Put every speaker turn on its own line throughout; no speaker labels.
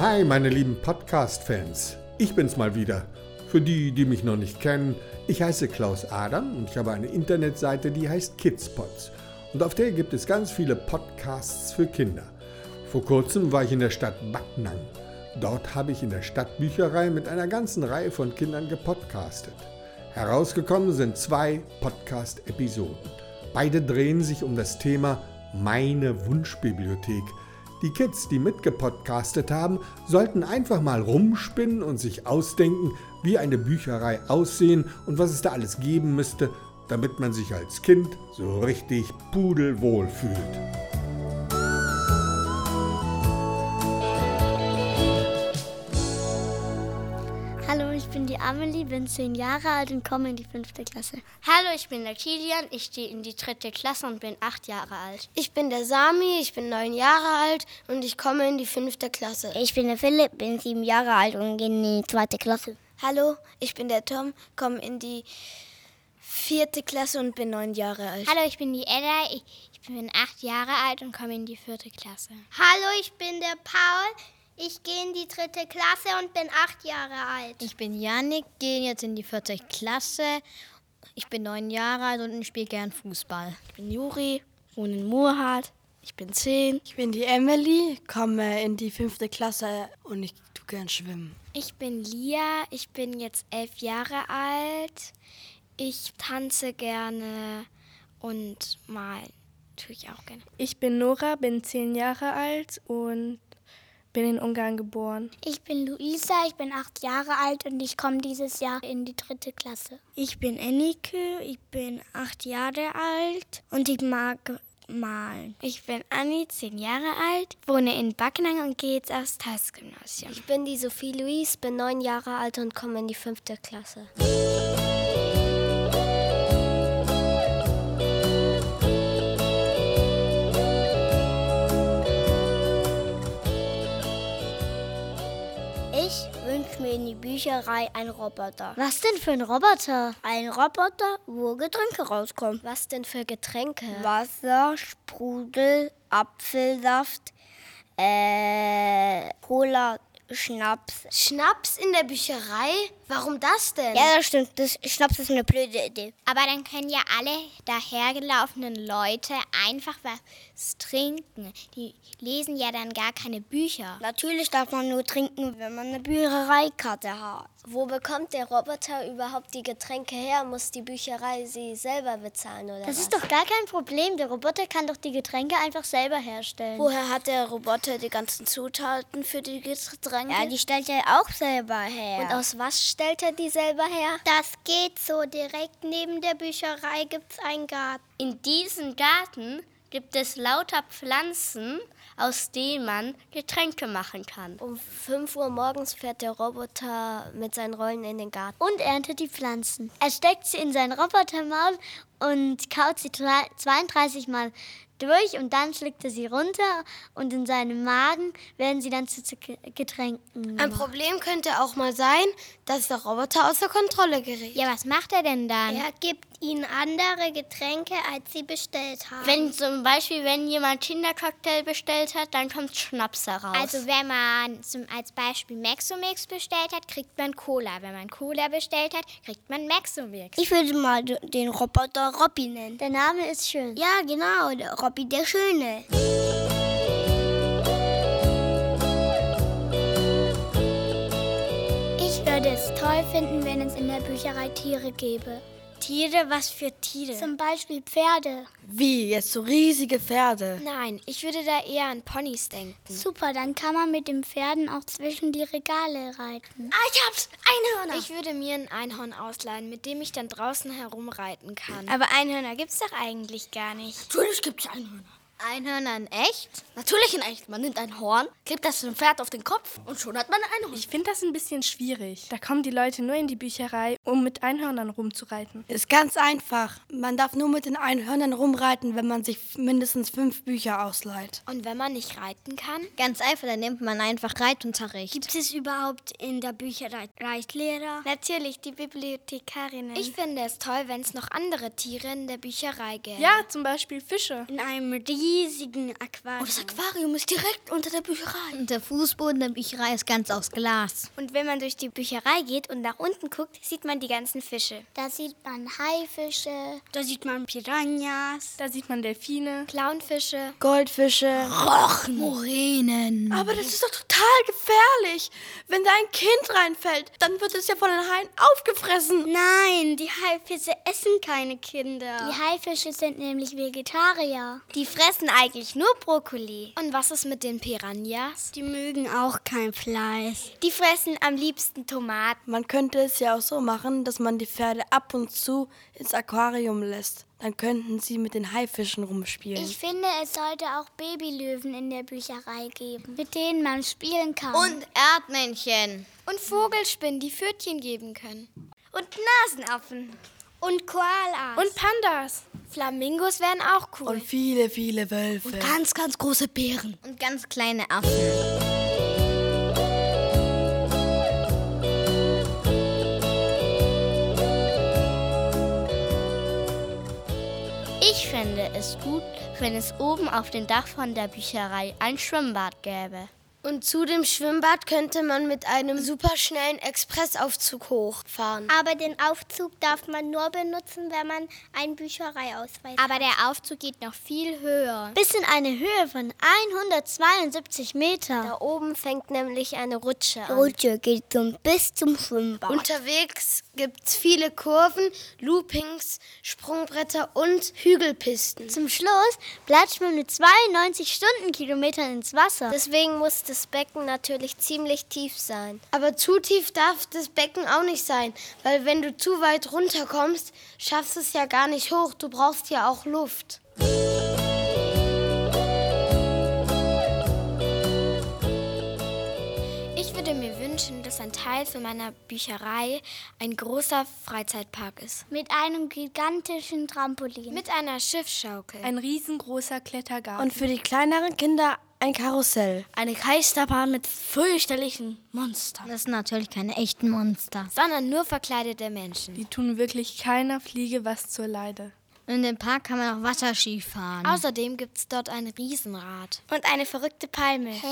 Hi, meine lieben Podcast-Fans. Ich bin's mal wieder. Für die, die mich noch nicht kennen, ich heiße Klaus Adam und ich habe eine Internetseite, die heißt Kidspods. Und auf der gibt es ganz viele Podcasts für Kinder. Vor kurzem war ich in der Stadt Backnang. Dort habe ich in der Stadtbücherei mit einer ganzen Reihe von Kindern gepodcastet. Herausgekommen sind zwei Podcast-Episoden. Beide drehen sich um das Thema Meine Wunschbibliothek. Die Kids, die mitgepodcastet haben, sollten einfach mal rumspinnen und sich ausdenken, wie eine Bücherei aussehen und was es da alles geben müsste, damit man sich als Kind so richtig pudelwohl fühlt.
Hallo, ich bin die Amelie, bin zehn Jahre alt und komme in die fünfte Klasse.
Hallo, ich bin der Kilian, ich stehe in die dritte Klasse und bin acht Jahre alt.
Ich bin der Sami, ich bin neun Jahre alt und ich komme in die fünfte Klasse.
Ich bin der Philipp, bin sieben Jahre alt und gehe in die zweite Klasse.
Hallo, ich bin der Tom, komme in die vierte Klasse und bin neun Jahre alt.
Hallo, ich bin die Ella, ich, ich bin acht Jahre alt und komme in die vierte Klasse.
Hallo, ich bin der Paul, ich gehe in die dritte Klasse und bin acht Jahre alt.
Ich bin Janik, gehe jetzt in die vierte Klasse. Ich bin neun Jahre alt und spiele gern Fußball.
Ich bin Juri, wohne in Murhardt. Ich bin zehn.
Ich bin die Emily, komme in die fünfte Klasse und ich tue gern schwimmen.
Ich bin Lia, ich bin jetzt elf Jahre alt. Ich tanze gerne und malen tue ich auch gerne.
Ich bin Nora, bin zehn Jahre alt und bin in Ungarn geboren.
Ich bin Luisa, ich bin acht Jahre alt und ich komme dieses Jahr in die dritte Klasse.
Ich bin Ennike, ich bin acht Jahre alt und ich mag malen.
Ich bin Anni, zehn Jahre alt, wohne in Backnang und gehe jetzt aufs Tass-Gymnasium.
Ich bin die Sophie Louise, bin neun Jahre alt und komme in die fünfte Klasse.
in die Bücherei ein Roboter.
Was denn für ein Roboter?
Ein Roboter, wo Getränke rauskommen.
Was denn für Getränke?
Wasser, Sprudel, Apfelsaft, äh, Cola, Schnaps.
Schnaps in der Bücherei? Warum das denn?
Ja, das stimmt. Das Schnaps ist eine blöde Idee.
Aber dann können ja alle dahergelaufenen Leute einfach was trinken. Die lesen ja dann gar keine Bücher.
Natürlich darf man nur trinken, wenn man eine Büchereikarte hat.
Wo bekommt der Roboter überhaupt die Getränke her? Muss die Bücherei sie selber bezahlen oder
Das
was?
ist doch gar kein Problem. Der Roboter kann doch die Getränke einfach selber herstellen.
Woher hat der Roboter die ganzen Zutaten für die Getränke?
Ja, die stellt er auch selber her.
Und aus was stellt er die selber her?
Das geht so. Direkt neben der Bücherei gibt's einen Garten.
In diesem Garten gibt es lauter Pflanzen, aus denen man Getränke machen kann.
Um 5 Uhr morgens fährt der Roboter mit seinen Rollen in den Garten.
Und erntet die Pflanzen. Er steckt sie in seinen Robotermaul und kaut sie 32 Mal durch und dann schluckt er sie runter und in seinem Magen werden sie dann zu Getränken.
Ein Problem könnte auch mal sein, dass der Roboter außer Kontrolle gerät.
Ja, was macht er denn dann?
Er gibt ihnen andere Getränke, als sie bestellt haben.
Wenn zum Beispiel, wenn jemand Kindercocktail bestellt hat, dann kommt Schnaps heraus.
Also wenn man zum, als Beispiel Mexomix bestellt hat, kriegt man Cola. Wenn man Cola bestellt hat, kriegt man Mexomix.
Ich würde mal den Roboter Robby nennen.
Der Name ist schön.
Ja, genau, der Robby der Schöne.
Ich würde es toll finden, wenn es in der Bücherei Tiere gäbe.
Tiere, was für Tiere?
Zum Beispiel Pferde.
Wie, jetzt so riesige Pferde?
Nein, ich würde da eher an Ponys denken.
Super, dann kann man mit den Pferden auch zwischen die Regale reiten.
Ah, ich hab's! Einhörner!
Ich würde mir ein Einhorn ausleihen, mit dem ich dann draußen herumreiten kann.
Aber Einhörner gibt's doch eigentlich gar nicht.
Natürlich gibt's Einhörner.
Einhörner in echt?
Natürlich in echt. Man nimmt ein Horn, klebt das dem Pferd auf den Kopf und schon hat man ein Einhorn.
Ich finde das ein bisschen schwierig. Da kommen die Leute nur in die Bücherei, um mit Einhörnern rumzureiten.
Ist ganz einfach. Man darf nur mit den Einhörnern rumreiten, wenn man sich mindestens fünf Bücher ausleiht.
Und wenn man nicht reiten kann?
Ganz einfach, dann nimmt man einfach Reitunterricht.
Gibt es überhaupt in der Bücherei Reitlehrer?
Natürlich, die Bibliothekarinnen.
Ich finde es toll, wenn es noch andere Tiere in der Bücherei gäbe.
Ja, zum Beispiel Fische.
In einem Riesen
riesigen
Oh,
Aquarium.
Und das Aquarium ist direkt unter der Bücherei.
Und der Fußboden der Bücherei ist ganz aus Glas.
Und wenn man durch die Bücherei geht und nach unten guckt, sieht man die ganzen Fische.
Da sieht man Haifische.
Da sieht man Piranhas.
Da sieht man Delfine.
Clownfische.
Goldfische.
Rochen. Morenen.
Aber das ist doch total gefährlich. Wenn da ein Kind reinfällt, dann wird es ja von den Haien aufgefressen.
Nein, die Haifische essen keine Kinder.
Die Haifische sind nämlich Vegetarier.
Die fressen eigentlich nur Brokkoli.
Und was ist mit den Piranhas?
Die mögen auch kein Fleisch.
Die fressen am liebsten Tomaten.
Man könnte es ja auch so machen, dass man die Pferde ab und zu ins Aquarium lässt. Dann könnten sie mit den Haifischen rumspielen.
Ich finde, es sollte auch Babylöwen in der Bücherei geben, mit denen man spielen kann.
Und Erdmännchen.
Und Vogelspinnen, die Pfötchen geben können.
Und Nasenaffen.
Und Koalas.
Und Pandas.
Flamingos wären auch cool.
Und viele, viele Wölfe.
Und ganz, ganz große Bären.
Und ganz kleine Affen.
Ich fände es gut, wenn es oben auf dem Dach von der Bücherei ein Schwimmbad gäbe.
Und zu dem Schwimmbad könnte man mit einem superschnellen Expressaufzug
Ah,
hochfahren.
Aber den Aufzug darf man nur benutzen, wenn man einen Büchereiausweis
hat. Aber der Aufzug geht noch viel höher.
Bis in eine Höhe von 172 Meter.
Da oben fängt nämlich eine Rutsche an.
Rutsche geht zum, bis zum Schwimmbad.
Unterwegs gibt's viele Kurven, Loopings, Sprungbretter und Hügelpisten.
Zum Schluss platscht man mit 92 Stundenkilometern ins Wasser.
Deswegen muss das Becken natürlich ziemlich tief sein.
Aber zu tief darf das Becken auch nicht sein, weil wenn du zu weit runterkommst, schaffst es ja gar nicht hoch. Du brauchst ja auch Luft.
Ich würde mir wünschen, dass ein Teil von meiner Bücherei ein großer Freizeitpark ist.
Mit einem gigantischen Trampolin.
Mit einer Schiffschaukel.
Ein riesengroßer Klettergarten.
Und für die kleineren Kinder ein Karussell.
Eine Geisterbahn mit fürchterlichen Monstern.
Das sind natürlich keine echten Monster.
Sondern nur verkleidete Menschen.
Die tun wirklich keiner Fliege was zur Leide.
In dem Park kann man auch Wasserski fahren.
Außerdem gibt es dort ein Riesenrad.
Und eine verrückte Palme.
Hä?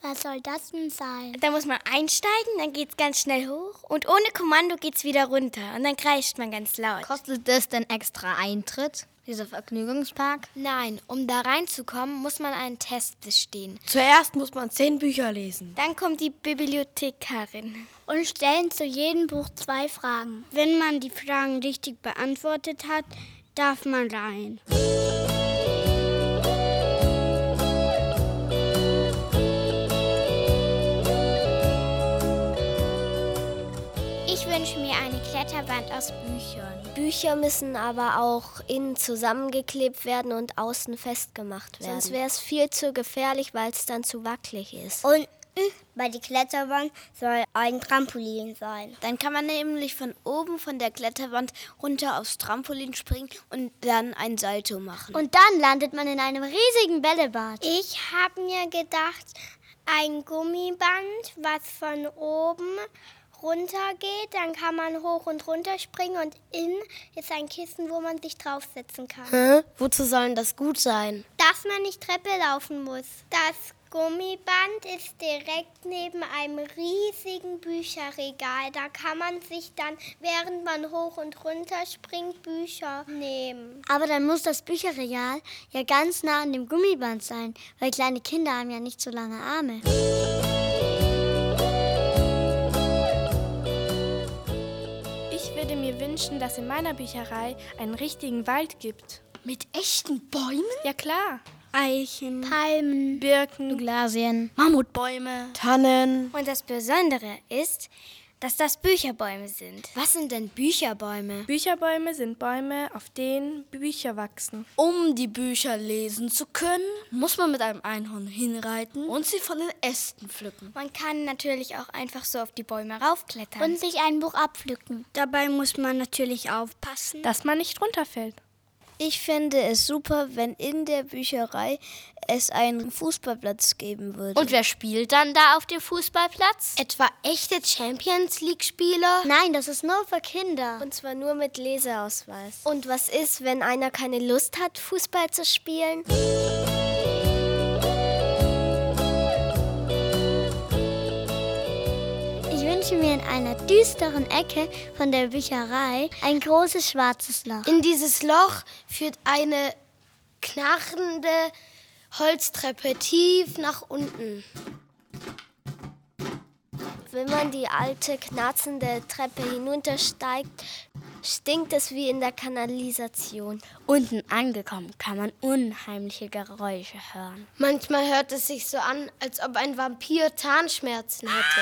Was soll das denn sein?
Da muss man einsteigen, dann geht's ganz schnell hoch und ohne Kommando geht's wieder runter und dann kreischt man ganz laut.
Kostet das denn extra Eintritt? Dieser Vergnügungspark?
Nein, um da reinzukommen, muss man einen Test bestehen.
Zuerst muss man zehn Bücher lesen.
Dann kommt die Bibliothekarin.
Und stellen zu jedem Buch zwei Fragen.
Wenn man die Fragen richtig beantwortet hat, darf man rein.
Ich wünsche mir eine Kletterwand aus Büchern.
Bücher müssen aber auch innen zusammengeklebt werden und außen festgemacht werden. Sonst wäre es viel zu gefährlich, weil es dann zu wackelig ist.
Und bei die Kletterwand soll ein Trampolin sein.
Dann kann man nämlich von oben von der Kletterwand runter aufs Trampolin springen und dann ein Salto machen.
Und dann landet man in einem riesigen Bällebad.
Ich habe mir gedacht, ein Gummiband, was von oben runter geht, dann kann man hoch und runter springen und innen ist ein Kissen, wo man sich draufsetzen kann.
Hä? Wozu soll das gut sein?
Dass man nicht Treppe laufen muss. Das Gummiband ist direkt neben einem riesigen Bücherregal. Da kann man sich dann, während man hoch und runter springt, Bücher nehmen.
Aber dann muss das Bücherregal ja ganz nah an dem Gummiband sein, weil kleine Kinder haben ja nicht so lange Arme.
Ich würde mir wünschen, dass in meiner Bücherei einen richtigen Wald gibt.
Mit echten Bäumen?
Ja klar.
Eichen,
Palmen,
Birken,
Douglasien,
Mammutbäume,
Tannen.
Und das Besondere ist, dass das Bücherbäume sind.
Was sind denn Bücherbäume?
Bücherbäume sind Bäume, auf denen Bücher wachsen.
Um die Bücher lesen zu können, muss man mit einem Einhorn hinreiten und sie von den Ästen pflücken.
Man kann natürlich auch einfach so auf die Bäume raufklettern.
Und sich ein Buch abpflücken.
Dabei muss man natürlich aufpassen,
dass man nicht runterfällt.
Ich fände es super, wenn in der Bücherei es einen Fußballplatz geben würde.
Und wer spielt dann da auf dem Fußballplatz?
Etwa echte Champions League-Spieler?
Nein, das ist nur für Kinder.
Und zwar nur mit Leseausweis.
Und was ist, wenn einer keine Lust hat, Fußball zu spielen?
wünsche mir in einer düsteren Ecke von der Bücherei ein großes schwarzes Loch.
In dieses Loch führt eine knarrende Holztreppe tief nach unten.
Wenn man die alte, knarzende Treppe hinuntersteigt, stinkt es wie in der Kanalisation.
Unten angekommen kann man unheimliche Geräusche hören.
Manchmal hört es sich so an, als ob ein Vampir Zahnschmerzen hätte.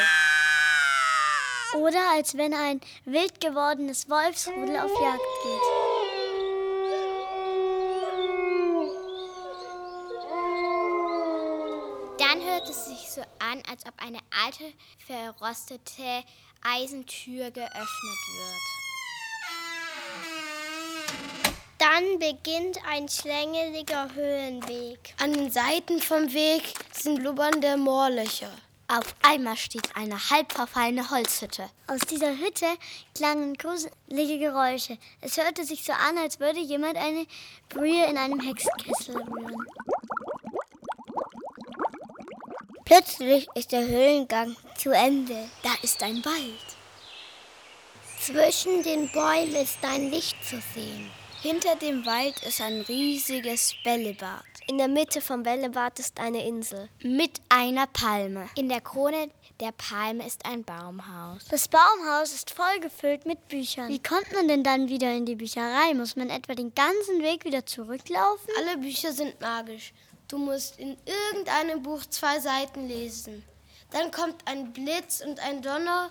Oder als wenn ein wild gewordenes Wolfsrudel auf Jagd geht.
Dann hört es sich so an, als ob eine alte, verrostete Eisentür geöffnet wird.
Dann beginnt ein schlängeliger Höhenweg.
An den Seiten vom Weg sind blubbernde Moorlöcher.
Auf einmal steht eine halb verfallene Holzhütte.
Aus dieser Hütte klangen gruselige Geräusche. Es hörte sich so an, als würde jemand eine Brühe in einem Hexenkessel rühren.
Plötzlich ist der Höhlengang zu Ende.
Da ist ein Wald.
Zwischen den Bäumen ist ein Licht zu sehen.
Hinter dem Wald ist ein riesiges Bällebad.
In der Mitte vom Bällebad ist eine Insel.
Mit einer Palme.
In der Krone der Palme ist ein Baumhaus.
Das Baumhaus ist vollgefüllt mit Büchern. Wie kommt man denn dann wieder in die Bücherei? Muss man etwa den ganzen Weg wieder zurücklaufen?
Alle Bücher sind magisch. Du musst in irgendeinem Buch zwei Seiten lesen. Dann kommt ein Blitz und ein Donner,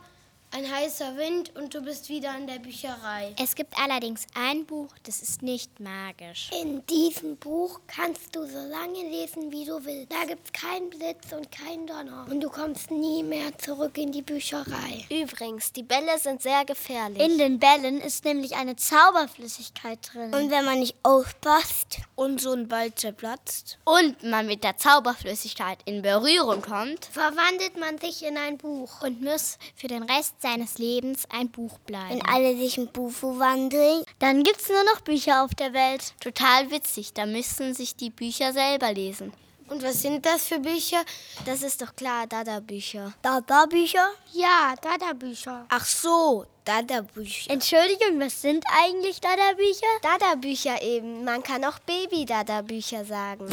ein heißer Wind und du bist wieder in der Bücherei.
Es gibt allerdings ein Buch, das ist nicht magisch.
In diesem Buch kannst du so lange lesen, wie du willst. Da gibt's keinen Blitz und keinen Donner. Und du kommst nie mehr zurück in die Bücherei.
Übrigens, die Bälle sind sehr gefährlich.
In den Bällen ist nämlich eine Zauberflüssigkeit drin.
Und wenn man nicht aufpasst
und so ein Ball zerplatzt
und man mit der Zauberflüssigkeit in Berührung kommt,
verwandelt man sich in ein Buch
und muss für den Rest seines Lebens ein Buch bleiben.
Wenn alle sich in Bufo wandeln,
dann gibt's nur noch Bücher auf der Welt.
Total witzig, da müssen sich die Bücher selber lesen.
Und was sind das für Bücher?
Das ist doch klar, Dada-Bücher.
Dada-Bücher?
Ja, Dada-Bücher.
Ach so, Dada-Bücher.
Entschuldigung, was sind eigentlich Dada-Bücher?
Dada-Bücher eben. Man kann auch Baby-Dada-Bücher sagen.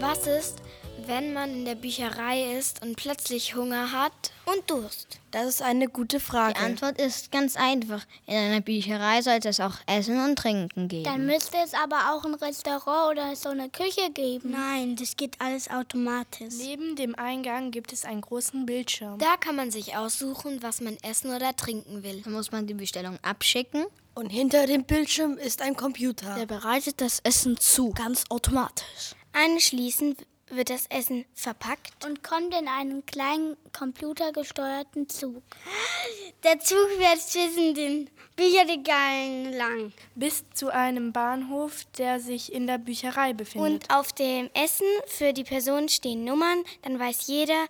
Was ist, wenn man in der Bücherei ist und plötzlich Hunger hat
und Durst?
Das ist eine gute Frage.
Die Antwort ist ganz einfach. In einer Bücherei sollte es auch Essen und Trinken geben.
Dann müsste es aber auch ein Restaurant oder so eine Küche geben.
Nein, das geht alles automatisch.
Neben dem Eingang gibt es einen großen Bildschirm.
Da kann man sich aussuchen, was man essen oder trinken will.
Dann muss man die Bestellung abschicken.
Und hinter dem Bildschirm ist ein Computer.
Der bereitet das Essen zu, ganz automatisch.
Anschließend wird das Essen verpackt
und kommt in einen kleinen computergesteuerten Zug.
Der Zug fährt zwischen den Bücherregalen lang.
Bis zu einem Bahnhof, der sich in der Bücherei befindet.
Und auf dem Essen für die Person stehen Nummern, dann weiß jeder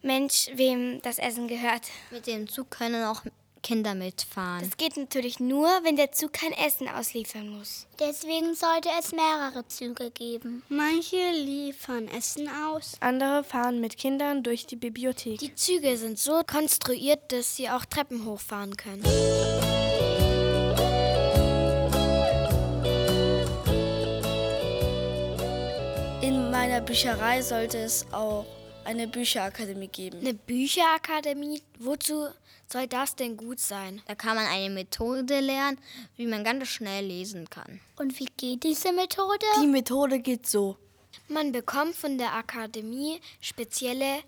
Mensch, wem das Essen gehört.
Mit dem Zug können auch Kinder mitfahren.
Das geht natürlich nur, wenn der Zug kein Essen ausliefern muss.
Deswegen sollte es mehrere Züge geben.
Manche liefern Essen aus,
andere fahren mit Kindern durch die Bibliothek.
Die Züge sind so konstruiert, dass sie auch Treppen hochfahren können.
In meiner Bücherei sollte es auch eine Bücherakademie geben.
Eine Bücherakademie? Wozu soll das denn gut sein?
Da kann man eine Methode lernen, wie man ganz schnell lesen kann.
Und wie geht diese Methode?
Die Methode geht so.
Man bekommt von der Akademie spezielle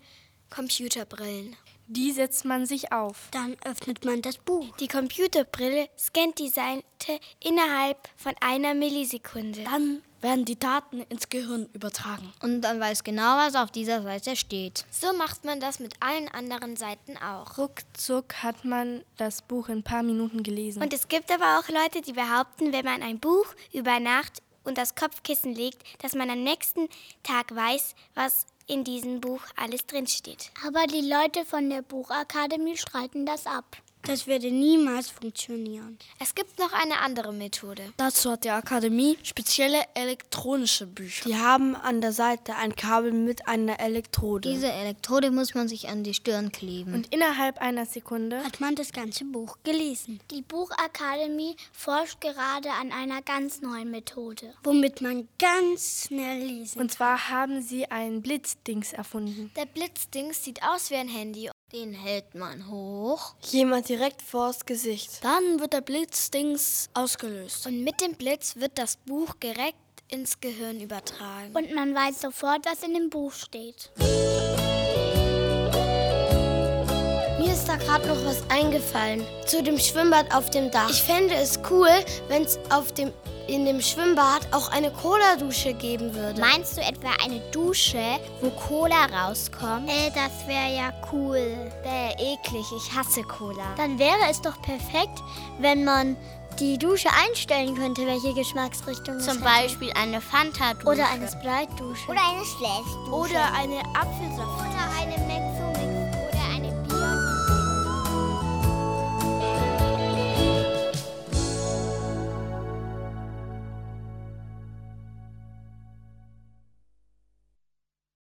Computerbrillen.
Die setzt man sich auf.
Dann öffnet man das Buch.
Die Computerbrille scannt die Seite innerhalb von einer Millisekunde.
Dann werden die Daten ins Gehirn übertragen.
Und dann weiß genau, was auf dieser Seite steht.
So macht man das mit allen anderen Seiten auch.
Ruckzuck hat man das Buch in ein paar Minuten gelesen.
Und es gibt aber auch Leute, die behaupten, wenn man ein Buch über Nacht und das Kopfkissen legt, dass man am nächsten Tag weiß, was in diesem Buch alles drinsteht.
Aber die Leute von der Buchakademie streiten das ab.
Das würde niemals funktionieren.
Es gibt noch eine andere Methode.
Dazu hat die Akademie spezielle elektronische Bücher.
Die haben an der Seite ein Kabel mit einer Elektrode.
Diese Elektrode muss man sich an die Stirn kleben.
Und innerhalb einer Sekunde
hat man das ganze Buch gelesen. Die Buchakademie forscht gerade an einer ganz neuen Methode,
womit man ganz schnell lesen
Und zwar haben sie einen Blitzdings erfunden.
Der Blitzdings sieht aus wie ein Handy
den hält man hoch.
Jemand direkt vors Gesicht.
Dann wird der Blitzdings ausgelöst.
Und mit dem Blitz wird das Buch direkt ins Gehirn übertragen.
Und man weiß sofort, was in dem Buch steht.
Mir ist da gerade noch was eingefallen. Zu dem Schwimmbad auf dem Dach. Ich fände es cool, wenn es auf dem in dem Schwimmbad auch eine Cola-Dusche geben würde.
Meinst du etwa eine Dusche, wo Cola rauskommt?
Äh, das wäre ja cool.
Bäh, eklig, ich hasse Cola.
Dann wäre es doch perfekt, wenn man die Dusche einstellen könnte, welche Geschmacksrichtung
Zum Beispiel eine Fanta-Dusche.
Oder eine Sprite-Dusche.
Oder eine Slash-Dusche.
Oder eine Apfelsaft.
Oder eine Mexo-Mix.